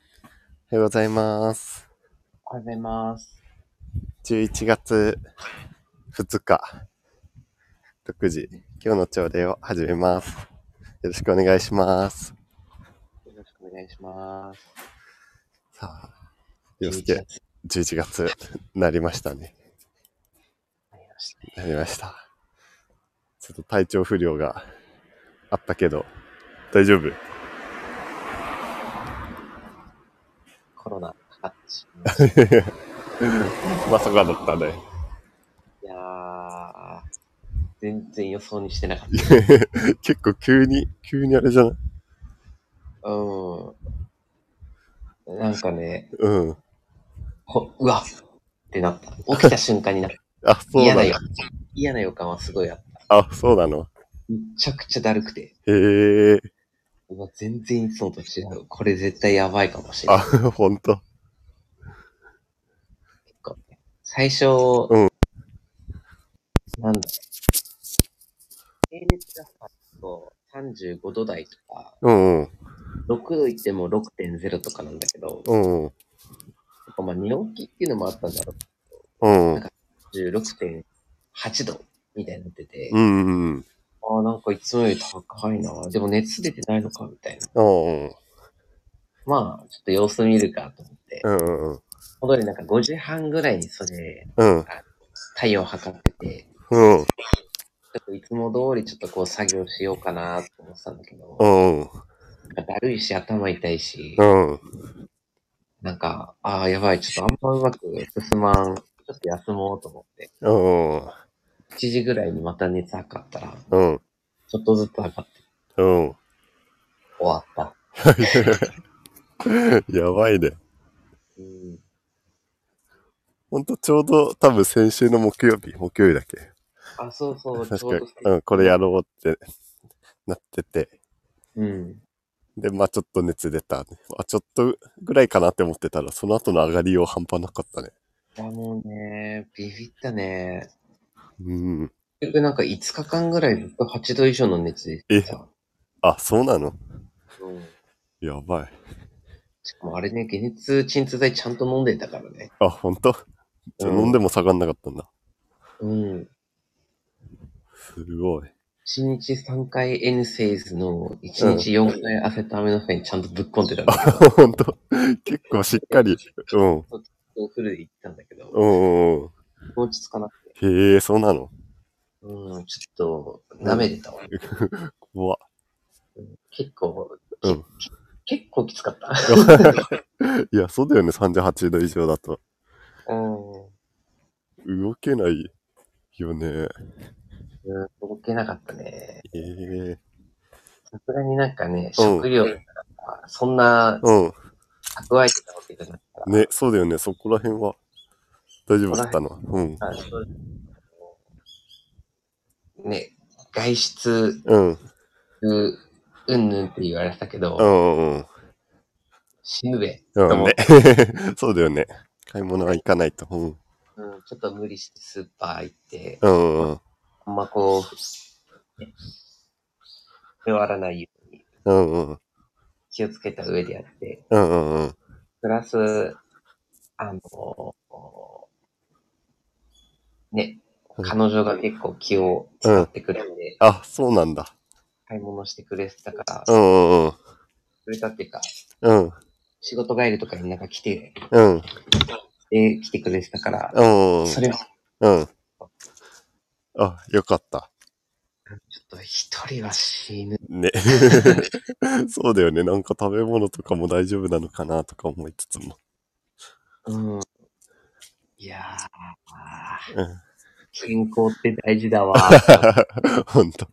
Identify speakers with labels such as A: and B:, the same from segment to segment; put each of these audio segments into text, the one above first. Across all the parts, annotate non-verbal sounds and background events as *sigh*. A: おはようございます。
B: おはようございます。
A: 11月2日、6時、今日の朝礼を始めます。よろしくお願いします。
B: よろしくお願いします。
A: さあ、洋介、11月、なりましたね。
B: ありましたね
A: なりました。ちょっと体調不良があったけど、大丈夫
B: コロナかかってしまいました。い
A: まさかだったね。
B: やー、全然予想にしてなかっ
A: *laughs* 結構急に、急にあれじゃない
B: た。うん。なんかね、
A: うん。
B: こうわってなった。起きた瞬間になった。
A: あ、 *laughs* そう
B: 嫌
A: な
B: な
A: の
B: 予嫌な予感はすごいあった。
A: あ、そうなの
B: めちゃくちゃだるくて。
A: へえ。
B: うわ全然いつもと違う。これ絶対やばいかもしれ
A: あ、
B: ない。
A: ほんと。
B: 結構ね最初、
A: うん
B: なんだろう。平熱がさこう35度台とか、
A: うんうん。
B: 6度いっても6.0とかなんだけど、
A: うんうん。
B: やっぱまあ、寝起きっていうのもあったんだろ
A: うんうん。
B: う。16.8度みたいになってて、
A: うんうんうん。
B: ああ、なんかいつもより高いな。でも熱出てないのかみたいな。
A: うんうん。
B: まあ、ちょっと様子見るかと思って、
A: うんうん
B: 本当になんか5時半ぐらいにそれ、
A: うん。
B: 太陽測ってて、
A: うん。
B: ちょっといつも通りちょっとこう作業しようかなと思ってたんだけど、
A: うん。
B: なんかだるいし頭痛いし
A: う、ん。
B: なんか、ああ、やばい、ちょっとあんまうまく進まん。ちょっと休もうと思って、
A: うん。
B: 7時ぐらいにまた熱測ったら、
A: うん。
B: ちょっとずつ上がっ
A: う
B: て
A: ん。
B: 終わった。
A: やばいね。
B: うん。
A: ほんとちょうど多分先週の木曜日、木曜日だっけ
B: あ、そうそう、ちょ
A: 確
B: う
A: か
B: ど。
A: うん、これやろうってなってて。
B: うん。
A: で、まあちょっと熱出た、ね。あ、ちょっとぐらいかなって思ってたら、その後の上がりよう半端なかったね。
B: いや、もうね、ビビったね。
A: うん。
B: 結局なんか5日間ぐらいずっと8度以上の熱でした。
A: あ、そうなの
B: うん。
A: やばい。
B: しかもあれね、解熱鎮痛剤ちゃんと飲んでたからね。
A: あ、ほんとじゃあ飲んでも下がんなかったんだ。
B: うん。
A: すごい。
B: 1日3回 N セイズの1日4回アセトアミノフェンちゃんとぶっ込んでたの。
A: *laughs* ほんと結構しっかり。うん。
B: うフルで行ったんだけど、
A: うんうんうん。
B: 落ち着かなくて。
A: へえ、そうなの
B: うん、ちょっと、舐めてたわ。
A: 怖っ *laughs*
B: 結構、
A: うん
B: き結構きつかった。
A: いや、そうだよね、38度以上だと。
B: うん。
A: 動けないよね。
B: うん、動けなかったね。
A: ええ
B: さすがになんかね、
A: うん
B: 食料とか、そんな
A: う
B: 蓄えてたわけじゃなかったか
A: ん。ね、そうだよね、そこら辺は大丈夫だったの。うん。
B: ら、あそうね、外出、
A: うん。
B: う、うんぬんって言われたけど、
A: うんうんうん。
B: 死ぬべ、と
A: うん
B: 思っ
A: ね
B: て、、
A: *laughs* そうだよね。買い物は行かないと。うん。
B: うん、ちょっと無理してスーパー行って、
A: うんうん
B: あんまこう、ね触らないように
A: うん。うん
B: 気をつけた上でやって、
A: うんうんうん。
B: プラス、あのね、
A: うん
B: 彼女が結構気を使ってくれて、
A: あ、そうなんだ。
B: 買い物してくれてたから、
A: う
B: く
A: んうんうん。
B: れたっていうか、
A: うん。
B: 仕事帰りとかになんか来て、
A: うん。
B: で、来てくれてたから、
A: うんうん。
B: それは
A: うん。あ、よかった。
B: ちょっと一人は死ぬ。
A: *laughs* ね。そうだよね。なんか食べ物とかも大丈夫なのかなとか思いつつも。
B: うん。いや
A: *laughs*
B: ー、
A: うん。
B: 健康って大事
A: *laughs*
B: だわ。
A: ほんと。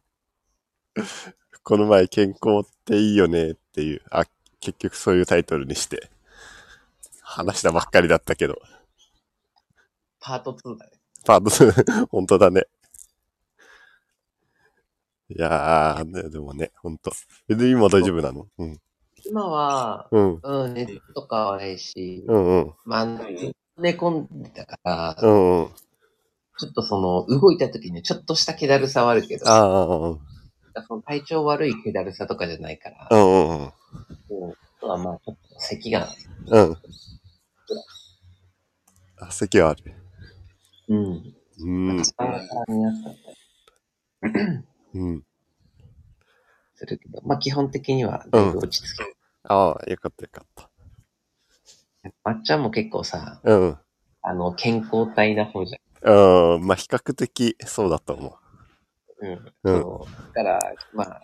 A: この前、健康っていいよねっていう、あ、結局そういうタイトルにして、話したばっかりだったけど、
B: パート2だね。
A: パー *laughs* ト、ほんとだね。いやー、ねでもね、ほんと。えで、今大丈夫なのうん。
B: 今は、
A: うん。
B: うん、ネットとかはないし、
A: うんうん。
B: まあ、ずっと寝込んでたから、
A: うんうん。
B: ちょっとその、動いた時にちょっとした気だるさはあるけど、
A: あー、
B: その体調悪い気だるさとかじゃないから
A: う、んうんうん。
B: うんあとはまあ、ちょっと咳が
A: うん。あ、席はある。
B: うん。
A: うん。
B: ああ、見やすかったり
A: うん。
B: するけど、まあ基本的にはだいぶ落ち着ける。
A: ああ、よかったよかった。
B: まっちゃんも結構さ、
A: うん。
B: あの、健康体な方じ
A: うん。まあ、比較的そうだと思
B: ゃん。うん。
A: うん
B: そうだから、まあ、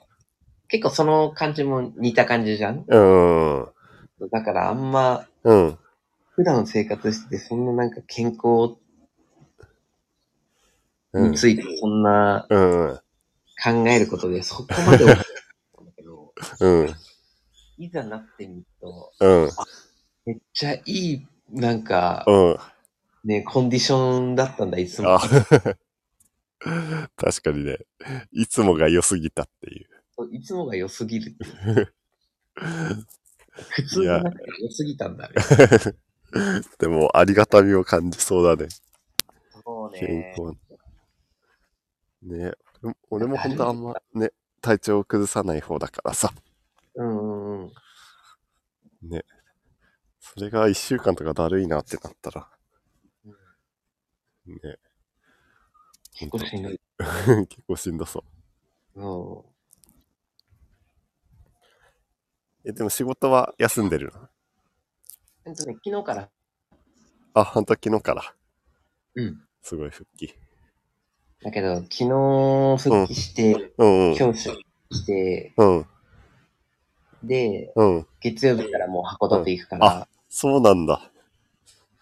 B: 結構その感じも似た感じじゃん
A: う。うん。
B: だからあんま、
A: うん。
B: 普段生活してて、そんななんか健康
A: うん
B: に。ついてそんな
A: うん。
B: 考えることで、そこまで思ってたんだけど、
A: うん。
B: いざなってみると、
A: うん。
B: めっちゃいい、なんか、
A: うん。
B: ね、コンディションだったんだ、いつも。
A: あ確かにね。いつもが良すぎたっていう。
B: いつもが良す
A: *laughs*
B: ぎるっていう。普通の中で良すぎたんだ、ね。
A: でも、ありがたみを感じそうだね。
B: そう
A: 健
B: ね。
A: 康。ね俺も俺も本当あんまね、体調を崩さない方だからさ。
B: うんうんうん。
A: それが一週間とかだるいなってなったら。ね、
B: 結構しんどい。
A: *laughs* 結構しんどそ
B: うん。
A: う。え、でも仕事は休んでるの
B: ほんとね、昨日から。
A: あ、本当は昨日から。
B: うん。
A: すごい復帰。
B: だけど、昨日復帰して、
A: うんうん。
B: 今日出勤して、
A: うん。
B: で、
A: うん。
B: 月曜日からもう函館行くから、
A: そうなんだ。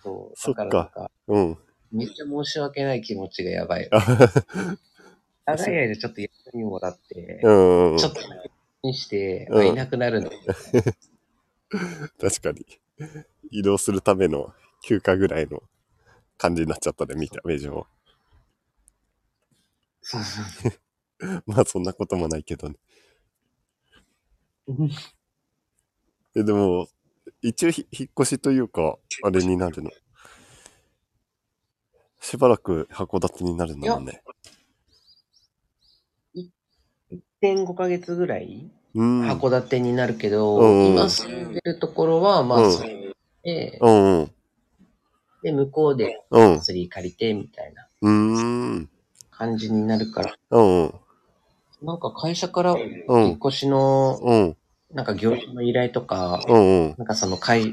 B: そう、
A: そ
B: だ
A: っか
B: からなんか、
A: うん。
B: めっちゃ申し訳ない気 *laughs* 持ちがやばい。長い間ちょっと休みもらって、
A: うんうん。
B: ちょっと休みして、
A: うん
B: あいなくなるの。
A: 確かに。移動するための休暇ぐらいの感じになっちゃったね、見た目上。
B: そうそうそ
A: まあそんなこともないけどね。
B: う。
A: え、でも、一応ひ引っ越しというか、あれになるの。しばらく函館になるんだもんね。
B: 1.5ヶ月ぐらい
A: うん。
B: 函館になるけど、
A: うんうん
B: 今住んでるところは、ま
A: う
B: あ、
A: ん
B: それで、
A: うんうん。
B: で、向こうで
A: うん。
B: 釣り借りて、みたいな
A: うーん。
B: 感じになるから、
A: うんうん。
B: なんか会社から
A: うん
B: 引っ越しの、
A: うん。
B: なんか業者の依頼とか、
A: うんうん。
B: なんかその会、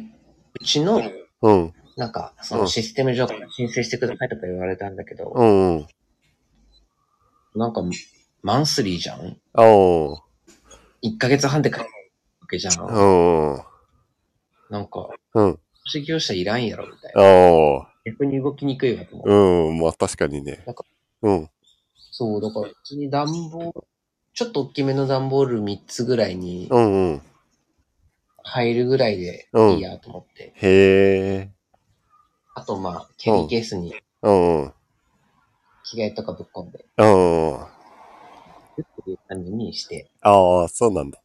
B: うちの、
A: うん。
B: なんか、そうの
A: ん
B: システム上から申請してくださいとか言われたんだけど、
A: うんうん。
B: なんか、マンスリーじゃん
A: ああ。
B: ?1 ヶ月半で買うわけじゃ
A: うんん。
B: なんか、
A: うん。
B: 修業者いらんやろみたいな。
A: ああ。
B: 逆に動きにくいわと思う。
A: うん。まあ確かにね
B: なんか。
A: うん。
B: そう、だから、普通に暖房、ちょっと大きめの段ボール3つぐらいに
A: うんうん。
B: 入るぐらいで
A: うん
B: いいやと思って。
A: へえ。
B: あと、まあ、キャリーケースに
A: うんうん。
B: 着替えとかぶっ込んで、
A: うん。あ
B: っていう感じにして、
A: あ、そうなんだ。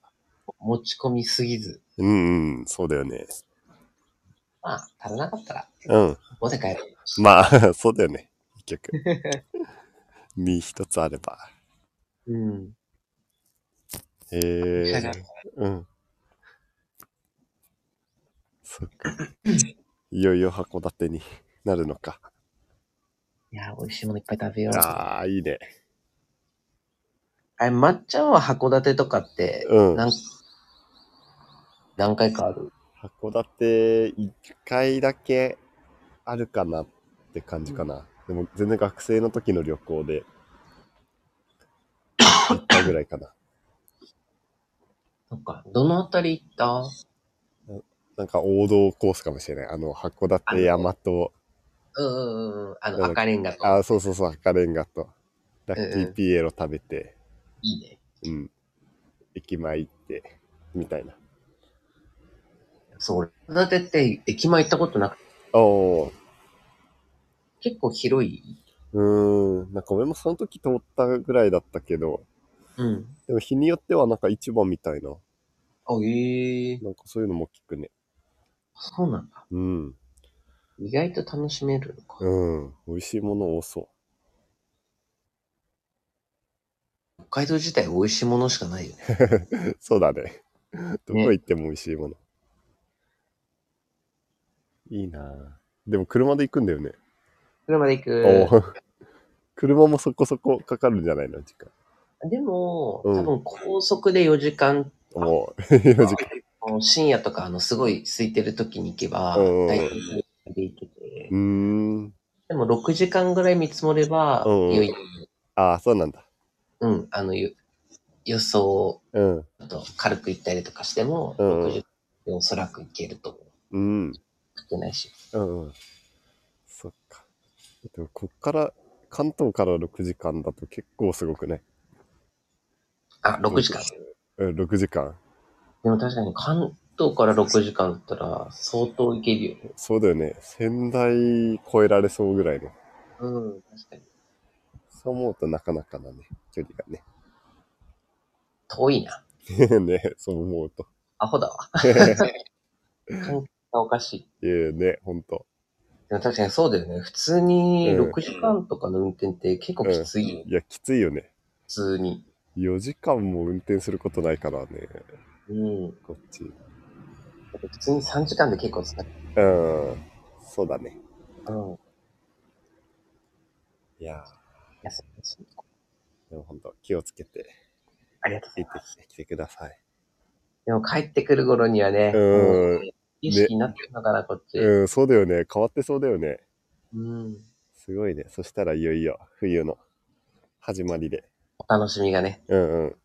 B: 持ち込みすぎず、
A: うんうん。そうだよね。
B: まあ、足らなかったら、
A: うん。
B: ここで帰る。
A: まあ、 *laughs* そうだよね。結
B: *laughs*
A: 局。身一つあれば。
B: うん。
A: へ
B: 会社
A: え。うん。そっ
B: *laughs*
A: か。いよいよ函館になるのか。
B: いやー、美味しいものいっぱい食べよう。あ
A: ああ、いいね。
B: れ、まっちゃんは函館とかって、
A: うん
B: なん何回かある
A: 函館1回だけあるかなって感じかな。でも全然学生の時の旅行で1回ぐらいかな。
B: そっか、どのあたり行った
A: なんか王道コースかもしれない。あの、函館、大和、
B: うんうんうんうん。あ
A: なんだ
B: の、
A: っけ
B: 赤レンガとか。
A: あ、そうそうそう、赤レンガと、ラッキ
B: うんう
A: ー
B: ん
A: ピエロ食べて、
B: いいね。
A: うん。駅前行って、みたいな。
B: そう、函館って駅前行ったことなくて、
A: おー、
B: 結構広いう
A: ーん。なんか俺もその時通ったぐらいだったけど、
B: うん。
A: でも日によってはなんか市場みたいな、
B: あ、ええ
A: なんかそういうのも聞くね。
B: そうなんだ。
A: うん。
B: 意外と楽しめるのか。
A: うん。美味しいもの多そ
B: 北海道自体美味しいものしかないよね。
A: *laughs* う。そうだね。どこ行っても美味しいもの。いいなぁでも車で行くんだよね。
B: 車で行
A: お
B: く。
A: お *laughs* 車もそこそこかかるんじゃないの時間。
B: でも、
A: うん
B: 多分高速で4時間、
A: おう4時間。
B: 深夜とか、あの、すごい空いてる時に行けば、
A: うん
B: 大体車で行けて
A: う、ーん。
B: でも6時間ぐらい見積もれば、
A: うん
B: よい
A: ああ、そうなんだ。
B: うん、あの、よ予想、
A: うん。
B: あと軽く行ったりとかしても、
A: うん
B: 6時間でおそらく行けると思う。
A: うん。
B: 行けないし。
A: うんうん。そっか。でも、こっから、関東から6時間だと結構すごくね。
B: あ、6時間。
A: うん、6時間。
B: でも確かに関東から6時間だったら相当いけるよね。
A: そうだよね。仙台超えられそうぐらいの。
B: うん、確かに。
A: そう思うとなかなかなね、距離がね。
B: 遠いな。
A: *laughs* ね、そう思
B: *laughs*
A: うと。
B: アホだわ。感覚がおかしい。
A: いやね、ほんと。
B: でも確かにそうだよね。普通に
A: うん
B: 6時間とかの運転って結構きついよ。
A: いや、きついよね。
B: 普通に。
A: 4時間も運転することないからね、
B: うん。
A: こっち。
B: 普通に3時間で結構使う。
A: うん、そうだね。
B: うん。
A: いや
B: 安いですね
A: ーでもほんと、気をつけて、
B: ありがとうござ
A: 行
B: います。
A: ってきてください。
B: でも帰ってくる頃にはね、
A: うん
B: もう意識になってるのかな、こっち。
A: うん、そうだよね。変わってそうだよね。
B: うん。
A: すごいね。そしたらいよいよ、冬の始まりで。
B: お楽しみがね。
A: うんうん。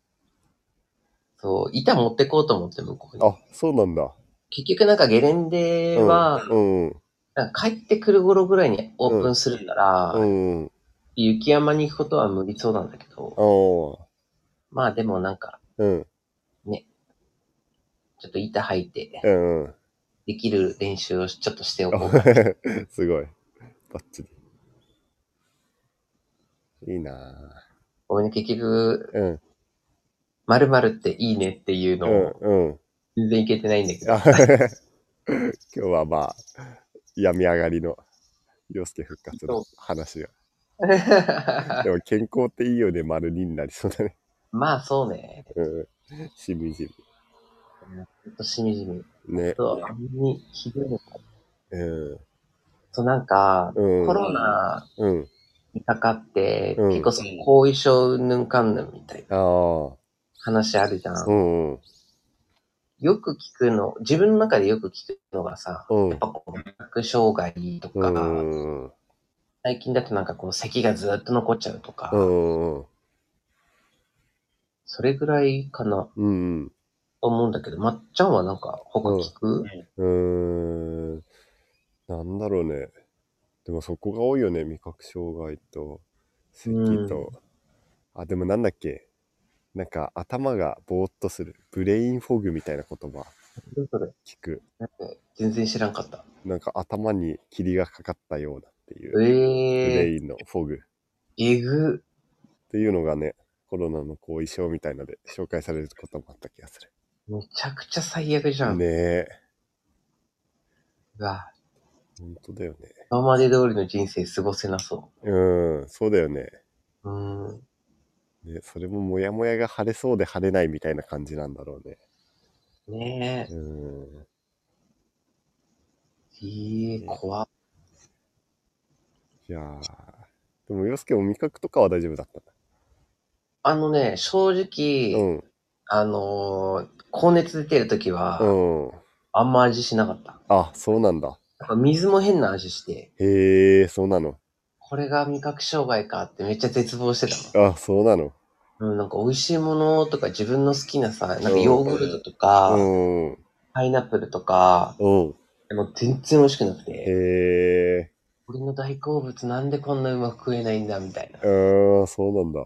B: そう、板持ってこうと思って向こうに。
A: あ、そうなんだ。
B: 結局なんかゲレンデ
A: うん
B: は、
A: うんうん。
B: なんか帰ってくる頃ぐらいにオープンするから、
A: うんうん。
B: 雪山に行くことは無理そうなんだけど、
A: おー
B: まあでもなんか、
A: うん。
B: ちょっと板履いて、
A: うんうん。
B: できる練習をちょっとしておこうか。
A: あ *laughs* すごい。バッチリ。いいな
B: ごめんね、結局、
A: ぁ。うん。
B: 〇〇っていいねっていう
A: う
B: の
A: ん
B: を。
A: うん。 *laughs*
B: 全然いけてないんだけど、
A: あ今日はまあ、病み上がりの洋介復活の話が。でも健康っていいよね、丸二になりそうだね。
B: *laughs*
A: *laughs*
B: まあそうね、
A: うん。しみじ
B: ほんとしみじみ。
A: み。ね。
B: そう、あんなにひどいのか。
A: うん。
B: そうなんか、
A: うん
B: コロナ
A: うん。
B: にかかって、
A: うん
B: 結構その後遺症うんぬんかんぬんみたいな
A: ああ。
B: 話あるじゃん。
A: うんうん。
B: よく聞くの、自分の中でよく聞くのがさ、
A: うん
B: やっぱこう、脈障害と
A: う
B: か、
A: ん。
B: 最近だとなんかこう、咳がずっと残っちゃうとか、
A: うん。
B: それぐらいかな
A: うん。
B: と思うんだけど、まっちゃんはなんか他聞く、
A: うーん。なんだろうね。でもそこが多いよね。味覚障害と、咳と。あ、でもなんだっけ。なんか頭がぼーっとする。ブレインフォグみたいな言葉
B: 何それ
A: 聞く。
B: 全然知らんかった。
A: なんか頭に霧がかかったようだっていう。ブ
B: え
A: レインのフォグっ
B: ー、えぐ。
A: ていうのがね、コロナの後遺症みたいので紹介されることもあった気がする。
B: めちゃくちゃ最悪じゃん。
A: ねえ。
B: うわ、
A: 本当だよね。
B: 今まで通りの人生過ごせなそ
A: うん、そうだよね。
B: う。うーん。
A: ね、それもモヤモヤが晴れそうで晴れないみたいな感じなんだろうね。
B: ね
A: うーん。
B: え。えー、怖っ
A: いやー。でも、洋介も味覚とかは大丈夫だったんだ。
B: あのね、正直、
A: うん。
B: あのー、高熱出てる時は、
A: うん。
B: あんま味しなかった。
A: あ、そうなんだ。
B: やっぱ水も変な味して、
A: へえ、そうなの。
B: これが味覚障害かってめっちゃ絶望してた
A: あ、そうなの。
B: もん。うん、なんか美味しいものとか自分の好きなさ、なんかヨーグルトとか、
A: うん。
B: パイナップルとか、
A: うん。
B: でも全然美味しくなくて、
A: へえ。
B: 俺の大好物なんでこんなうまく食えないんだみたいな。
A: うーん、そうなんだ。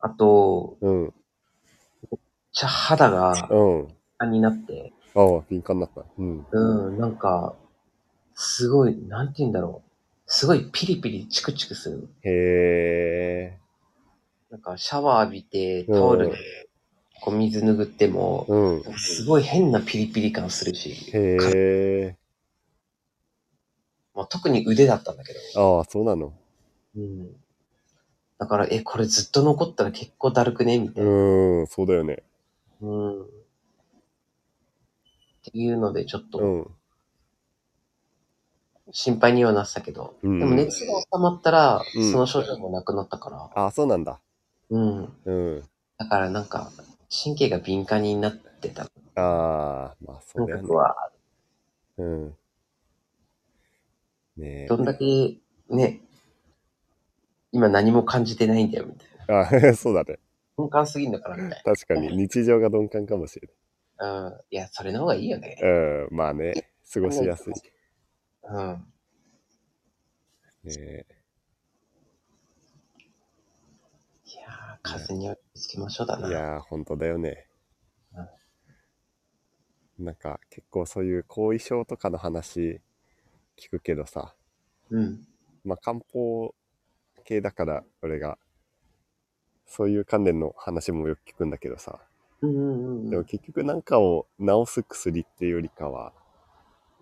B: あと、
A: うん。
B: めっちゃ肌が
A: うん。
B: 敏感になって、
A: ああ、敏感になった。うん。
B: うん、なんか、すごい、なんて言うんだろう。すごいピリピリチクチクする。
A: へえ。
B: なんかシャワー浴びて、タオルで、こう水拭っても、
A: うん。
B: すごい変なピリピリ感するし、
A: へえ。
B: まあ、特に腕だったんだけど、
A: ああ、そうなの。
B: うん、だから、え、これずっと残ったら結構だるくねみたいな、
A: うーん、そうだよね。
B: うん。っていうので、ちょっ
A: う
B: と
A: ん。
B: 心配にはなってたけど、
A: うん
B: でも熱が収まったら、
A: うん
B: その症状もなくなったから、
A: あ、そうなんだ。
B: うん。
A: うん。
B: だからなんか、神経が敏感になってた
A: ああ、まあそ
B: 感
A: うだよね
B: 覚。は、
A: うん。ねえ
B: ど。んだけ、ね、今何も感じてないんだよ、みたいな。
A: あ *laughs* そうだね。
B: 鈍感すぎんのかな、みたい
A: 確か
B: *laughs*
A: に日常が鈍感かもしれ
B: な。うん。いや、それの方がいいよね。
A: ない。うん、まあね、過ごしやすい。
B: うん。
A: ねえ
B: いやー、風につけましょうだな。
A: いやー、本当だよね。なんか結構そういう後遺症とかの話聞くけどさ、
B: うん。
A: まあ漢方系だから俺が、そういう関連の話もよく聞くんだけどさ、
B: うんうんうん
A: で
B: う
A: も
B: ん。
A: 結局なんかを治す薬っていうよりかは、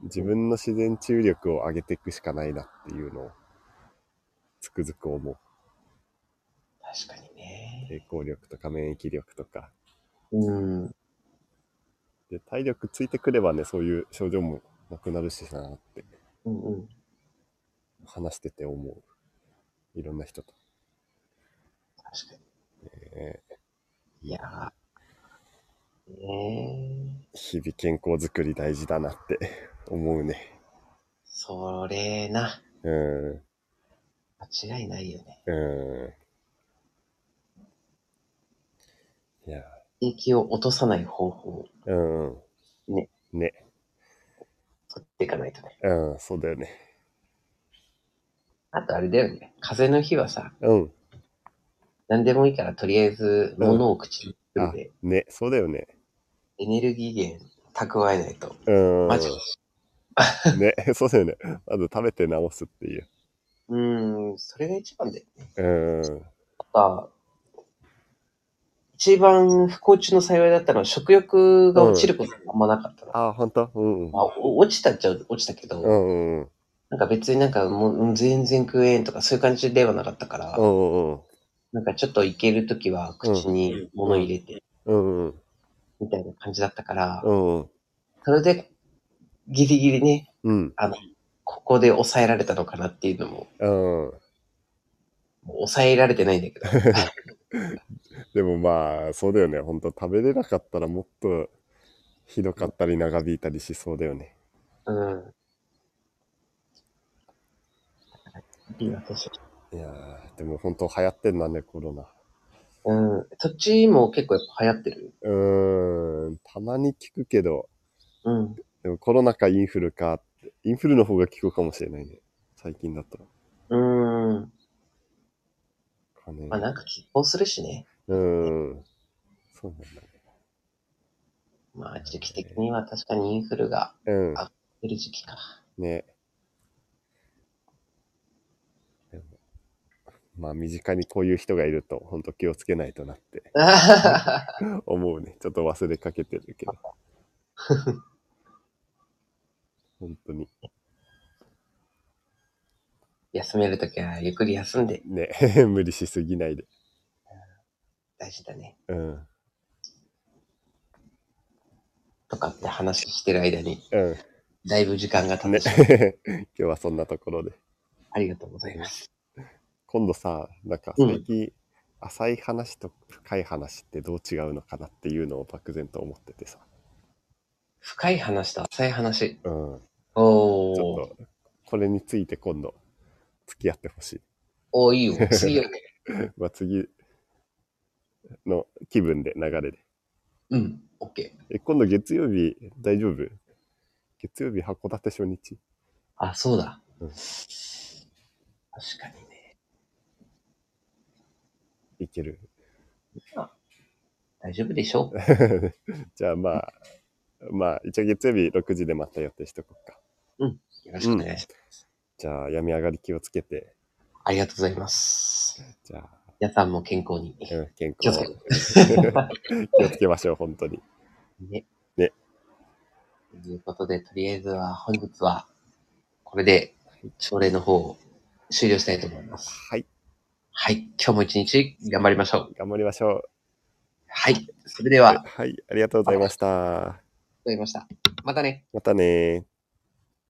A: 自分の自然治癒力を上げていくしかないなっていうのを、つくづく思う。
B: 確かにね。
A: 抵抗力とか免疫力とか。
B: うん。
A: で、体力ついてくればね、そういう症状もなくなるしなって
B: うんうん。
A: 話してて思う。いろんな人と。
B: 確か
A: え
B: に。いやー。ねえ。
A: ー日々健康づくり大事だなって *laughs* 思うね。
B: それな。
A: うーん。
B: 間違いないよね。
A: うーん。いや
B: 刺激を落とさない方法を
A: ー、うんうん。
B: ね。
A: ね。
B: 取っていかないとね。
A: うん、そうだよね。
B: あとあれだよね。風邪の日はさ、
A: うん。
B: 何でもいいからとりあえず物を口に含ん
A: あ
B: で、、
A: ね、そうだよね。
B: エネルギー源蓄えないと。
A: うん。
B: マジ
A: *laughs* ね、そうだよね。まず食べて治すっていう。
B: うーん、それが一番だよね。
A: うん。
B: あ一番不幸中の幸いだったのは食欲が落ちることがあんまなかったの。
A: あ、ほんとうんうん
B: ま。あ、お落ちたっちゃ落ちたけど、
A: うんうんうん。
B: なんか別になんかもううん全然食えんとかそういう感じではなかったから、
A: うんうん
B: なんかちょっといけるときは口に物入れて、
A: うん。うん
B: みたいな感じだったから、
A: うん。うん
B: それでギリギリね、
A: うん。
B: ここで抑えられたのかなっていうのも、
A: うん。うん。
B: もう抑えられてないんだけど。
A: *laughs* でもまあ、そうだよね。ほんと食べれなかったらもっとひどかったり長引いたりしそうだよね。
B: うん。いいな確か
A: いやー、でもほんと流行ってんだね、コロナ。
B: にうん。そっちも結構やっぱ流行ってる。
A: うーん。たまに聞くけど、
B: うん。
A: でもコロナかインフルかって、インフルの方が効くかもしれないね。最近だったら。
B: うん。
A: かね
B: まあなんか拮抗するしね。
A: うーん。そうなんだね。
B: まあ時期的には確かにインフルが
A: うん。
B: あ出る時期か。 *laughs*
A: ね。でもまあ、身近にこういう人がいると、ほんと気をつけないとなって思うね。ちょっと忘れかけてる
B: *laughs*
A: けど。本当に。
B: 休めるときはゆっくり休んで
A: ね。 *laughs* 無理しすぎないで。
B: 大事だね。
A: うん。
B: とかって話してる間に、
A: うん。
B: だいぶ時間が経っ
A: ね
B: てしまう。。
A: *laughs* 今日はそんなところで。
B: ありがとうございます。
A: 今度さ、なんか
B: うん
A: 最近、浅い話と深い話ってどう違うのかなっていうのを漠然と思っててさ。
B: 深い話と浅い話。
A: うん。
B: おー。
A: ちょっと、これについて今度、付き合ってほしい。 *laughs*
B: おー、いいよ。次よ。
A: まあ、次の気分で、流れで。
B: うん。オッケー。
A: え、今度月曜日、大丈夫月曜日、函館初日。
B: あ、そうだ。
A: うん
B: 確かにね。
A: いける。 *laughs*
B: 大丈夫でしょう。
A: じゃあ、まあ、まあ、一応月曜日6時でまた予定しとこうか。
B: よろしくお願いします。
A: じゃあ、病み上がり気をつけて、
B: ありがとうございます。
A: じゃあ、
B: 皆さんも健康に。
A: うん健
B: 気を
A: 康
B: つけ
A: を *laughs* 気をつけましょう、本当に。
B: ね。
A: ね。
B: ということで、とりあえずは本日は、これで、朝礼の方を終了したいと思います。
A: はい、
B: はい。今日も一日頑張りましょう。
A: 頑張りましょう。
B: はい。それでは、ありがとう
A: はい、ありがとうございました。
B: ございました。またね。
A: またねー。